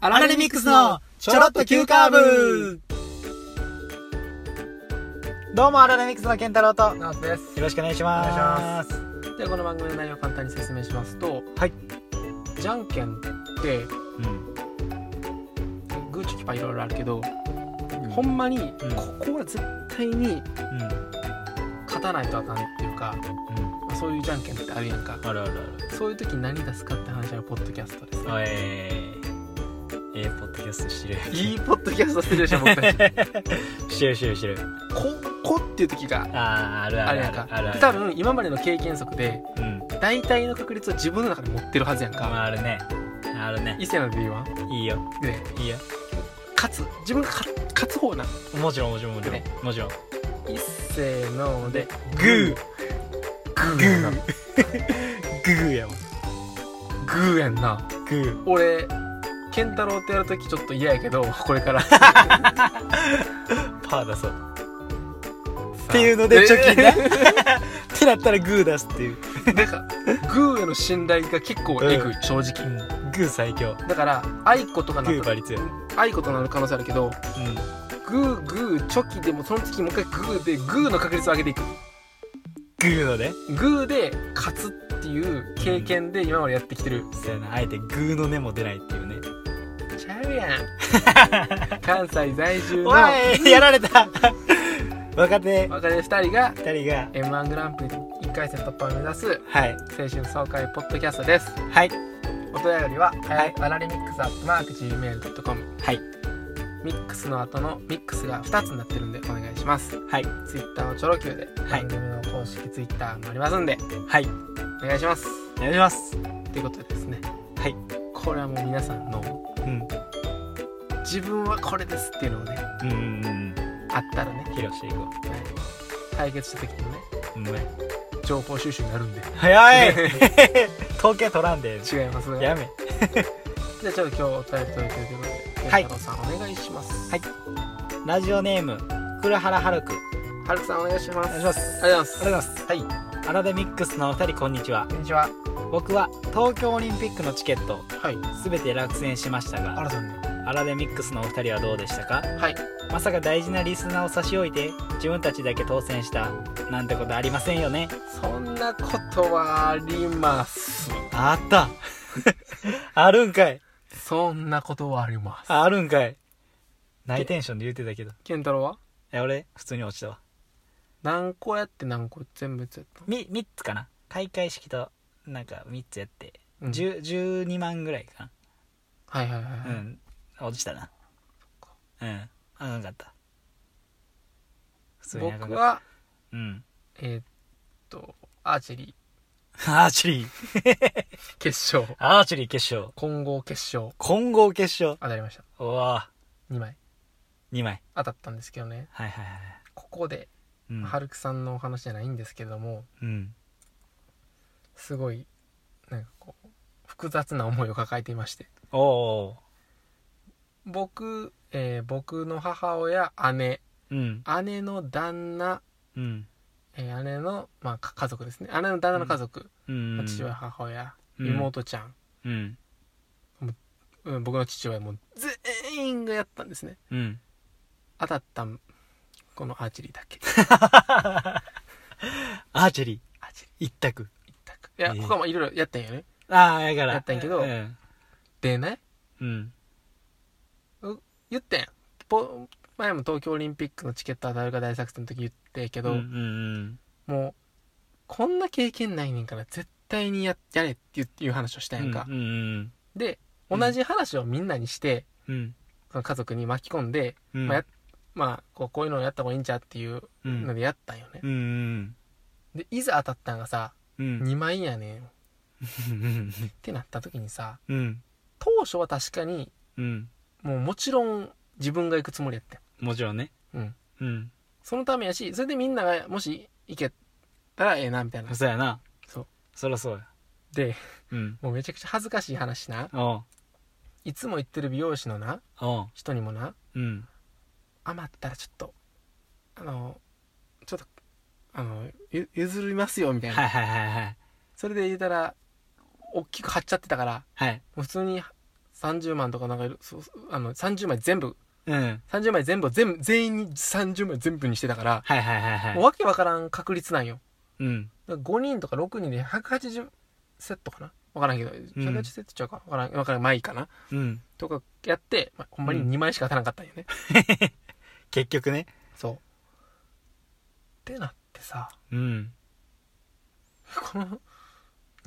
アラレミックスのちょろっと急カーブどうもアラレミックスの健太郎とよナオスですろしくお願いしますではこの番組の内容を簡単に説明しますとはいじゃんけんってグーチョキパーいろいろあるけど、うんほんまにこんこは絶対にうん勝たないとあかんっていうか、まあ、そういうじゃんけんってあるやんかあるあるそういう時に何出すかって話はポッドキャストです、あるえー、えー、ポッドキャストしてるい、いポッドキャストしてるでしょ僕たちこしてるしてるしてるこっていう時があーあるああるるやあんるかあるであ多る分今までの経験則でうん大体の確率は自分の中で持ってるはずやんまかああるねあるね伊勢の B1 いいよでいいよ勝つ自分が勝勝つ方なもちろんもちろんもちろねんもちろん伊勢のでグーグーグやなー グーやわグーやんなグー俺健太郎とやるときちょっと嫌やけどこれから っパー出そうっていうのでチョキねってなったらグー出すっていう、 なんかグーへの信頼が結構えぐい、正直グー最強だからアイコとかグなーったバらリ強い、アイコとなる可能性あるけどうん、グーグーチョキでもその次もう一回グーでグーの確率を上げていくグーのねグーで勝つっていう経験で今までやってきてるそうやなあえてグーの根も出ないっていうねちゃうや ん関西在住のおいやられ た若手若手2人が二人が m 1グランプリ1回戦突破を目指すはい青春爽快ポッドキャストですはいお便りは、はいアラレミックスアットマーク Gmail.com はいミックスの後のミックスが2つになってるんでお願いしますはいツイッターのチョロ Q でい番組の公式ツイッターもありますんではいお願いしますお願いしますということでですねはいこれはもう皆さんのうん自分はこれですっていうのをねうんうんうんあったらね披露していこ対決した時にもねううんね情報収集になるんで早い 統計取らんで違いますやめじゃあちょっと今日お便り届いてるということではい健太郎さんお願いしますはいラジオネーム倉原はるくはるくさんお願いしますお願いしますありがとうござありいまがとうございますすはいアラデミックスのお二人こんにちはこんにちは僕は東京オリンピックのチケットをはい全て落選しましたがらさんねアラデミックスのお二人はどうでしたかはいまさか大事なリスナーを差し置いて自分たちだけ当選したなんてことありませんよねそんなことはありますあった あるんかいそんなことはありますあるんかいナイテンションで言ってたけど健太郎はいや俺普通に落ちたわ何個やって何個全部やつやったみ3つかな開会式となんか3つやって、うん10 12万ぐらいかはいはいはいなはうい、ん落ちたなうんあかんかった普通にあかん僕かったはうんえーっとアーチェリーアーチェリー決勝アーチェリー決勝混合決勝混合決勝当たりましたおお2枚2枚当たったんですけどねはいはいはいここでうんはるくさんのお話じゃないんですけどもうんすごいなんかこう複雑な思いを抱えていましておお僕、えー僕の母親姉うん姉の旦那、うんえー姉の、まあ、か家族ですね姉の旦那の家族、うん父親母親、うん妹ちゃん、うんうん、僕の父親も全員がやったんですねうん当たったんこのアーチェリーだけアーチェリーアーチェリ一択ーだけいや、ええ他もいろいろやったんよねああやからやったんやけどうんでねうん言ってんぽ前も東京オリンピックのチケット当たるか大作戦の時言ってんけうど、んうんもうこんな経験ないねんから絶対にややれっていういう話をしたうんやんか、うんうんでうん同じ話をみんなにして、うんその家族に巻き込んで、うんまあやまあこうこういうのをやった方がいいんちゃうっていううんのでやったんよね、うんうんでいざ当たったんがさうん2枚やねんっうんてなった時にさうん当初は確かにうんもうもちろん自分が行くつもりやってんもちろんねうんうんそのためやしそれでみんながもし行けたらええなみたいなそうやなそうそらそうやでうんもうめちゃくちゃ恥ずかしい話なおういつも言ってる美容師のなおう人にもなうん余ったらちょっとあのちょっとあのゆ譲りますよみたいな、はいはいはいはいそれで言うたら大きく貼っちゃってたからはいもう普通に30万とかなんかいるそうあの30枚全部うん。 30枚全部全部全員に30枚全部にしてたから、はいはいはいはもうい。わけわからん確率なんようん。だから5人とか6人で180セットかなわからんけどん180セットちゃうかわからんわからんまあいいかなうん。とかやって、まあ、ほんまにうん2枚しか当たらなかったんよ ね、結局ね。そうってなってさうん。この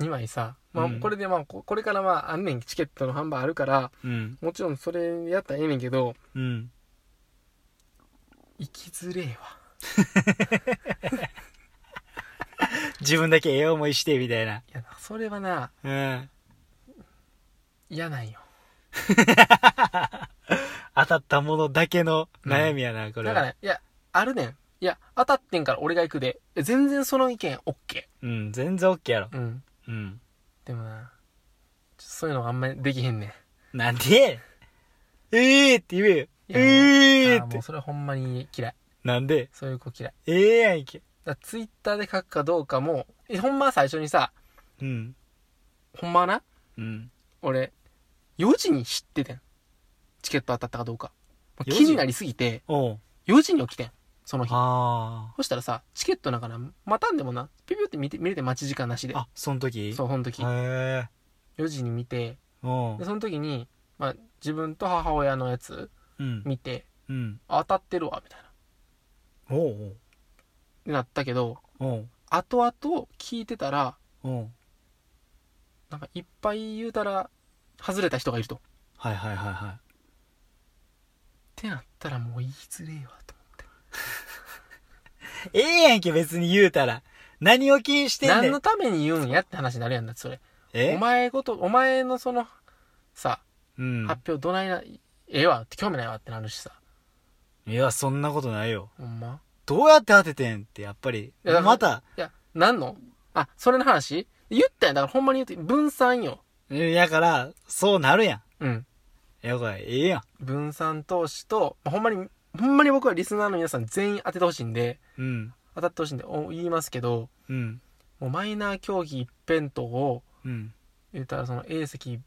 2枚 さ、まあうん、これでまあここれからまああんねんチケットの販売あるからうん。もちろんそれやったらええねんけどうん。行きづれえわ自分だけええ思いして、みたいな。いやなそれはなうん。嫌なんよ当たったものだけの悩みやな、これだは。からいやあるねんいや当たってんから俺が行くでえ全然その意見 OK うん、全然 OK やろ。うんうん。でもなちょっとそういうのがあんまりできへんねんなんでええー、って言えよ。いやえあえー、ーっもてう。それほんまに嫌いなんでそういう子嫌いええやんけ。だツイッターで書くかどうかもえほんまは最初にさうん。ほんまはなうん。俺4時に知っててんチケット当たったかどうかもう4気時になりすぎておう。 4時に起きてんその日あそしたらさチケットなんかな待たんでもなピピュって見て見れて待ち時間なしであ。あ、その時そうその時へえ。 4時に見ておでう。その時に、まあ、自分と母親のやつうん。見てうん。あ当たってるわみたいなっおうてなったけどおう。おう。後々聞いてたらおう。なんかいっぱい言うたら外れた人がいるとっはいはいはいはてなったらもう言いづれえわと思ってい。ええやんけ、別に言うたら。何を気にしてんね何んの。ために言うんやって話になるやんだそれえお前ごとお前のそのさうん。発表どないな、ええわって興味ないわってなるしさいや、そんなことないよ。ほんまどうやって当ててんって、やっぱり。いやだからまた、いや何のあそれの話言ったやんだからほんまに言って分散よえやから、そうなるやうんん。やばい、ええやん。分散投資とほんまにほんまに僕はリスナーの皆さん全員当ててほしいんでうん。当たってほしいんでお言いますけどうん。もうマイナー競技一辺倒をうん。言ったらその A 席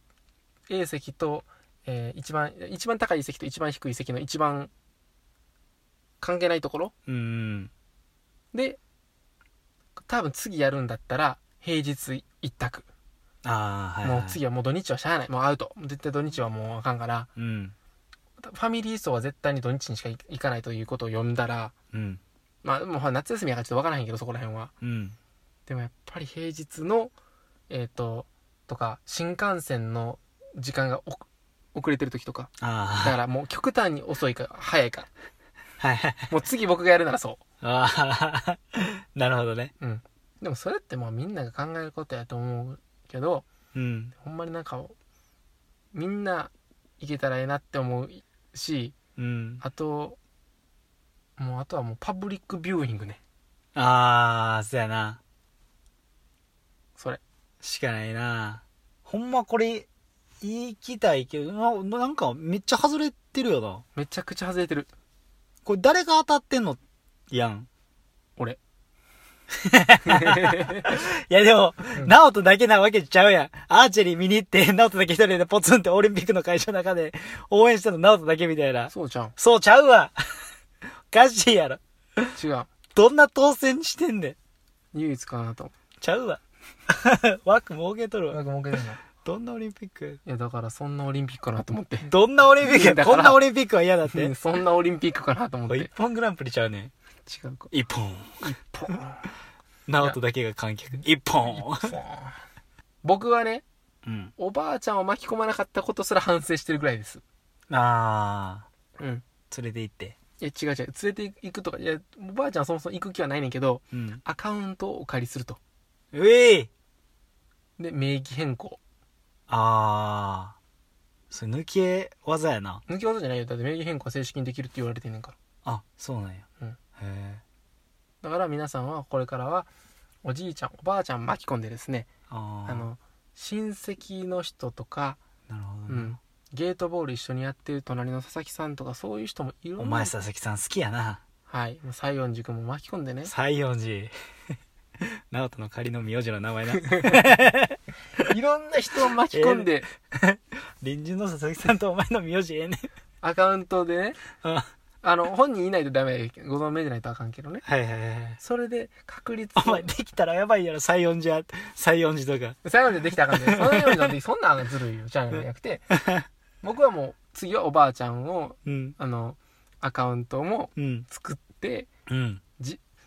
A 席と、えー一番一番高い席と一番低い席の一番関係ないところうん。で多分次やるんだったら平日一択ああ、はい、はい。もう次はもう土日はしゃあないもうアウト絶対土日はもうあかんからうん。ファミリー層は絶対に土日にしか行かないということを読んだらうん。まあもう夏休みやからちょっと分からへんけどそこら辺はうん。でもやっぱり平日のえっ、ととか新幹線の時間がおく遅れてる時とかだあからもう極端に遅いか早いかあ、はいはい。もう次僕がやるならそああ、 なるほどね。ううんでもそれってもうみんなが考えることやと思うけどうん。ほんまになんかみんな行けたらええなって思うしうん。あともうあとはもうパブリックビューイングねああ、そうやな。それしかないな。ほんまこれ、言いきたいけど、ななんかめっちゃ外れてるよな。めちゃくちゃ外れて るこれ誰が当たってんのやん。俺いやでも、うんナオトだけなわけちゃうやん。アーチェリー見に行って、 ナオトだけ一人でポツンってオリンピックの会場の中で 応援したのナオトだけみたいな。そうじゃんそうちゃうわ。 おかしいやろ。違うどんな当選してんねん。唯一かなとちゃうわ。 枠儲けとるわ。なんか儲けてんのいどんなオリンピックやだからそんなオリンピックかなと思ってどんなオリンピックやだかこらんなオリンピックは嫌だって。うん そんなオリンピックかなと思っこてれ 一本グランプリちゃうねん。違うか一本。一本ナオトだけが観客。一本。 僕はねうん。おばあちゃんを巻き込まなかったことすら反省してるぐらいですあうんー。連れて行って。いや違う違う連れて行くとかいやおばあちゃんはそもそも行く気はないねんけどうん。アカウントをお借りするとうえいで名義変更あー。それ抜け技やな。抜き技じゃないよだって名義変更は正式にできるって言われてんねんからあ、そうなんや。うんへえ。だから皆さんはこれからはおじいちゃんおばあちゃん巻き込んでですねあー。あの親戚の人とかなるほうどねん。ゲートボール一緒にやってる隣の佐々木さんとかそういう人もいるお前佐々木さん好きやな。はいもう西園寺君も巻き込んでね西園寺。 直人の仮の名字の名 前な。 いろんな人を巻き込ん で、隣人の佐々木さんとお前の名字ええねん。アカウントでね、うんはいあの、本人いないとダメやけど、ご存命じゃないとあかんけどね。はいはい。それで、確率お前できたらやばいやろ、西音寺、西音寺とか。最後までできたらあかんねんそのようになんで、そんなんずるいよ、じゃんじゃなく て、僕はもう、次はおばあちゃんを、うん。あの、アカウントもうん。作って、うん。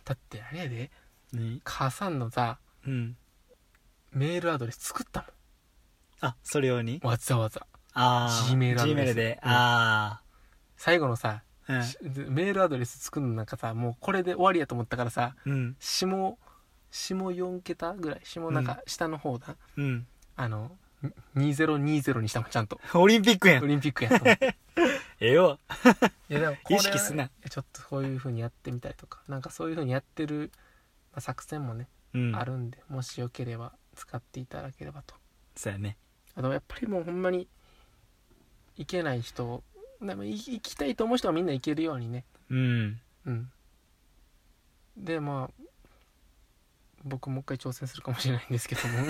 だってあれやで、何母さんのさ、うん。メールアドレス作ったあ、それ用にもん。わざわざ。ああ。 Gmail アドレス Gmail で。うんあ最後のさ、あ。うんしメールアドレス作るのなんかさ、もうこれで終わりやと思ったからさ、うん。下、下4桁ぐらい、下なんか下の方だ、うん。あの、2020にしたもん、ちゃんと。オリンピックやオん。リンピックやと思って。ええわ。いやでもこれはね意識すな。ちょっとこういう風にやってみたりとかなんかそういう風にやってる、まあ作戦もね、うん。あるんでもしよければ使っていただければとそうやね。あとやっぱりもうほんまに行けない人でもい行きたいと思う人はみんな行けるようにねうん。うんでまあ僕もう一回挑戦するかもしれないんですけど も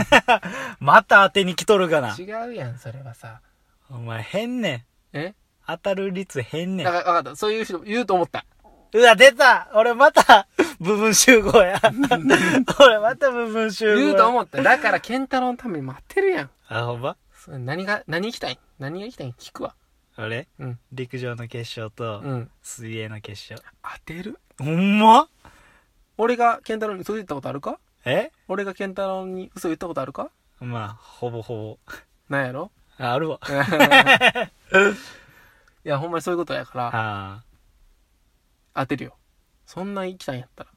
また当てに来とるがな。違うやんそれはさお前変ねん。え当たる率変ねだんか。ら分かったそういう人言うと思ったうわ、出た俺また、部分集合や。 俺また部分集合や。言うと思っただから健太郎のために待ってるやんあ、ほんまそれ何が何行きたい何が行きたいん聞くわ俺、うん陸上の決勝と、うん水泳の決勝。当てるほんま俺が健太郎に嘘言ったことあるかえ俺が健太郎に嘘言ったことあるかまあ、ほぼほぼ。なんやろあ、あるわ。いやほんまにそういうことやからああ。当てるよそんな行きたいんやったら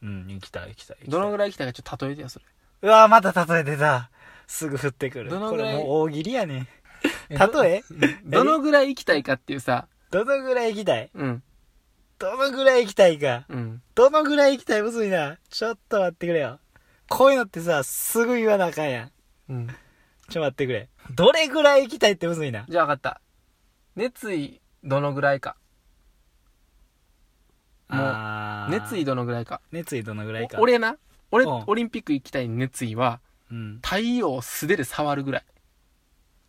うん、行きたい行きたい。どのぐらいらい行きたいかちょっと例えてよそれうわ、また例えてた。すぐ降ってくる。どのぐらいこれもう大喜利やねん。え例え どのぐらい行きたいかっていうさどのぐらい行きたいうんどのぐらい行きたいか。うんどのぐらい行きたいむずいな。ちょっと待ってくれよ。こういうのってさ、すぐ言わなあかんやん。うんちょ待ってくれ。どれぐらい行きたいってむずいな。じゃあ分かった熱意どのぐらいかもうう熱意。どのぐらいか熱意どのぐらいか。お。俺な俺うんオリンピック行きたい熱意はうん。太陽を素手で触るぐらい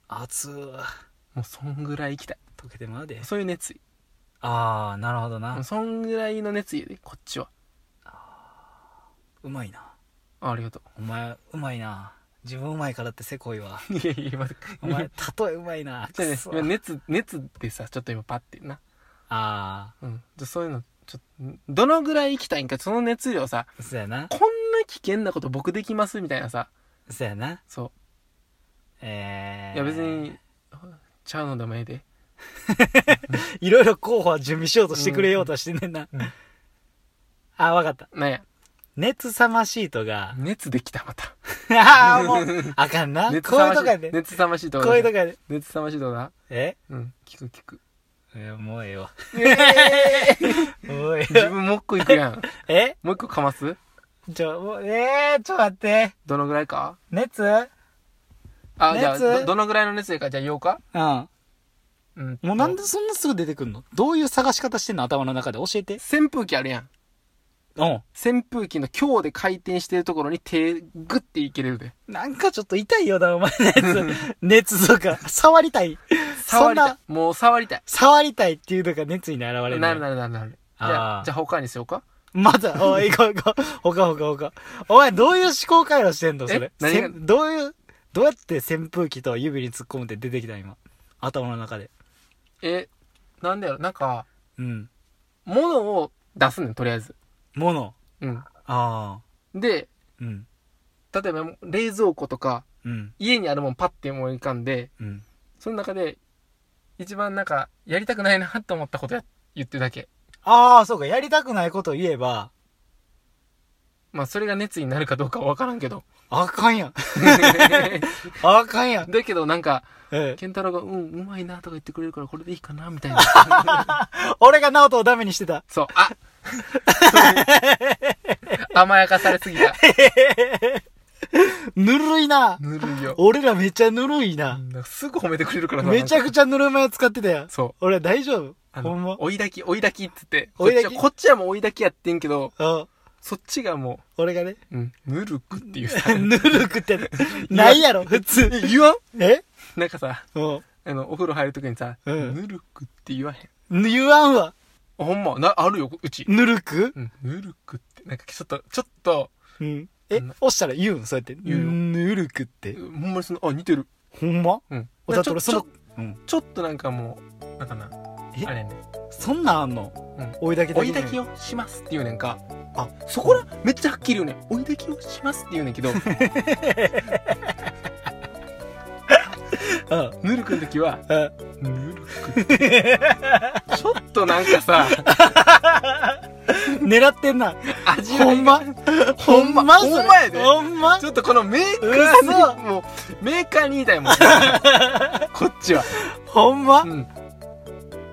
熱ー。もうそんぐらい行きたい溶けてまうで。そういう熱意あー、なるほどな。そんぐらいの熱意やでこっちはうまいな。あありがとお前、うまいな。自分うまいからってせこいわ。ういやいや待って お前、例えうまいな。じゃあねくそ今熱熱でさちょっと今パッてなあうんじゃあそういうのちょっとどのぐらい行きたいんかその熱量さー、そうやな。こんな危険なこと僕できますみたいなさそうやな。そえうー。いや別に。ちゃうのでもええでいろいろ候補は準備しようとしてくれようとしてんねんな。うんうんあ、わかった。なんや、熱さまシートが熱できたまた ああ、もう、あかんな。 熱こういうとこやでで。熱さましいとここういうだとねこやで。熱さましいとこだえうん聞く聞 くえもうええわ。もうええ自わ。分もう一個いくやんえもう一個かますちょ、もう、えー、ちょっと待って。どのぐらいか熱うあじゃあ熱どどのぐらいの熱でかじゃあ8日ん。もうんうなんでそんなすぐ出てくんのどういう探し方してんの頭の中で教えて。扇風機あるやんうん。扇風機の強で回転してるところに手グッていけれるでなんかちょっと痛いよな、お前のや つ。熱とか、触りたい。触りそんたいなもう触りたい触りたいっていうのが熱意に現れなるるね。なるなるなるじゃああーじゃあ他にしようかまだ、おい、行こう行こう。ほかほかほか。お前、どういう思考回路してんのそれえ。何がせんどういう、どうやって扇風機と指に突っ込むって出てきた今。頭の中で。えなんだよなんかうん。物を出すねんとりあえずもの。うんああ。でうん。例えば冷蔵庫とかうん。家にあるもんパッて思い浮かんでうん。その中で一番なんかやりたくないなって思ったことや言ってるだけああ、そうか。やりたくないことを言えば、まあそれが熱意になるかどうかは分からんけ どあかんやん。あかんやん。だけどなんかええ健太郎が「うんうまいな」とか言ってくれるからこれでいいかなみたいな俺がナオトをダメにしてた。そうあ 甘やかされすぎたぬるいな。ぬるい よ俺らめっちゃぬるいなな。んかすぐ褒めてくれるからなめちゃなんかくちゃぬるま湯使ってたやん。そう俺ら大丈夫あほんまの。追いだき追いだきっつって追いだこっきちはこっちはもう追いだきやってんけどあそっちがも俺がね、う、うん、ぬるくっていうさ、 ぬるくって、ないやろ、普通。言わんえなんかさ、もあの、お風呂入るときにさ、うんぬるくって言わへん。う、言わんわ。あほんま、な、あるよ、うち。ぬるくうん、ぬるくって、なんかちょっと、ちょっと、うん。え、押したら言うんそうやって。言うよぬるくって。ほんまにその、あ、似てる。ほんまうん。だって俺ちそょのちょ、うん。ちょっとなんかもう、なんかな、えあれやねん。そんなんあんのうん追いだけだ追けいなの炊きをしますって言うねんかあそこらめっちゃはっきり言うねん追い炊きをしますって言うねん けどうん。ぬるくん時はうぬん。る くってちょっとなんかさ狙ってんな。味わほいんまほんまほんほんまやでほんまちょっとこのメーカ嘘ーにもうメーカーに言いたい もんこっちは、ほんま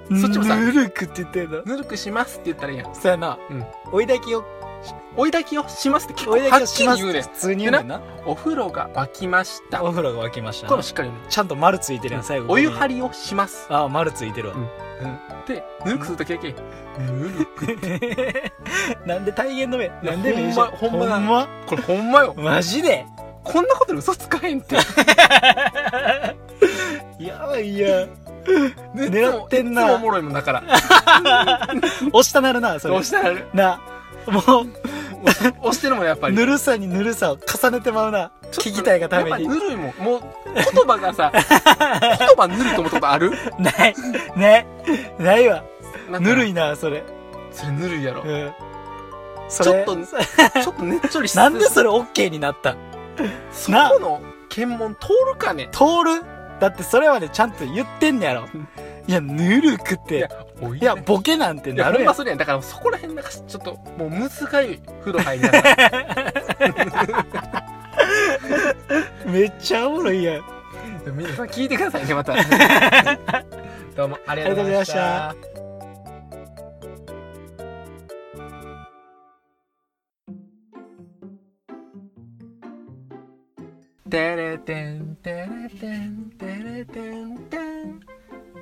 うん、そそっっちちももさ。さぬるくって言ってんの。ぬるくしますって言ったらいいやんそうやな。うん。追いだきを、追い炊きをしますって結構追いだはきっをきしります言っうねてん普通に言うんだな。お風呂が沸きましたおこ風呂が沸きましたれもな。しっかり言うねちゃんと丸ついてるやん、最後。お湯張りをしますああ、丸ついてるわ。ってぬるくするときだけぬるく なんで体現の目なんでほ目んまほんまほなんんまこれほんまよマジでこんなことで嘘つかへんって。いやばいや。狙ってんいつもいつもおな。もろいもんだから。押したなるな、 そ押れ。したら、な。も押してるもんやっぱう、り。ぬるさにぬるさを重ねてまうな。聞きたいがたやめっぱに。ぬるいもん。もう、言葉がさ、言葉ぬるいと思ったことある ない。ね。ないわ。ぬるい。いな、それ。それぬるいやろう。ん。そちょれっと、ちょっとねっちょりしてなんでそれオッケーになったそこの検問通るかね通るだってそれまでちゃんと言ってんねやろうん。いや、ぬるくて。いいやや、、おいでボケなんていなや、ほるんやまん。それやん。だからそこら辺なんかちょっと、もうむずがゆい。風呂入りながら。めっちゃおもろいやん。皆さん聞いてくださいね、また。どうもありがとうございまし。ありがとうございましたテレテンテレテンテレテンテン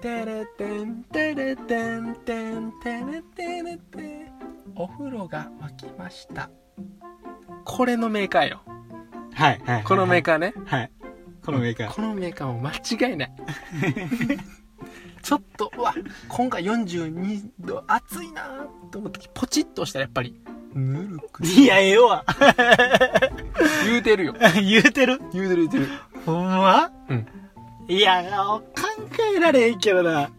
テレテンテレテンテンテレテレテンお風呂が沸きましたこれのメーカーよはい、はい。このメーカカーねー。はい。このメーカー。このメーカーも間違いないちょっとうわ今回42度暑いなと思った時ポチッと押したらやっぱりぬるくいや、ええわ。言うてるよ 言うてる。言うてる言うてるほんまうんいや、考えられへんけどな。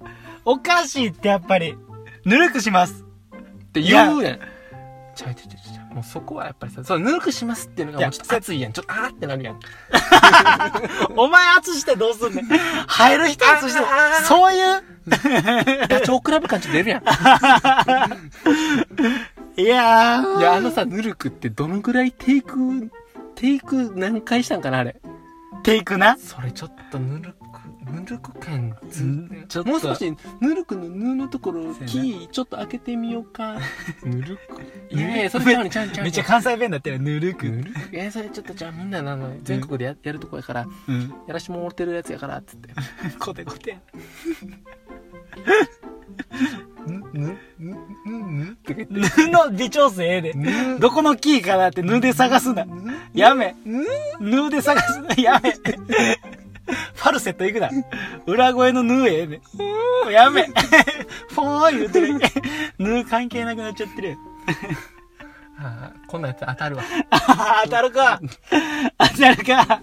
おかしいってやっぱり。ぬるくします。って言うやんちゃうちゃうちゃうちゃうもうそこはやっぱりさそうぬるくしますっていうのがもうちょっと暑いやんちょっとあーってなるやんお前熱してどうすんねん。 入る人熱してあーあーあー、そういう。ダチョウ倶楽部感ちょっと出るやんいやー。いやあのさぬるくってどのぐらいテイクテイク何回したんかなあれテイクな。それちょっとぬるくぬるく感ずんちょっともう少しぬるくのぬのところそうやなキーちょっと開けてみようかぬるくいやいやそれめちゃうねちゃうねちゃうめねっちゃ関西弁だったよ、ぬるく。ぬるくいやそれちょっとじゃあみんななの全国でややるとこやからうん。やらしてもらってるやつやからっつって コテコテ。ぬぬぬぬぬとか言ってぬの微調整ええで。ぬどこのキーかなってぬで探すな。ぬやめ。ぬぬで探すな。やめ。ファルセットいくな。裏声のぬええで。うーんやめ。フォー言うてる。ぬ関係なくなっちゃってる。あーこんなやつ当たるわあはは当たるか。当たるか。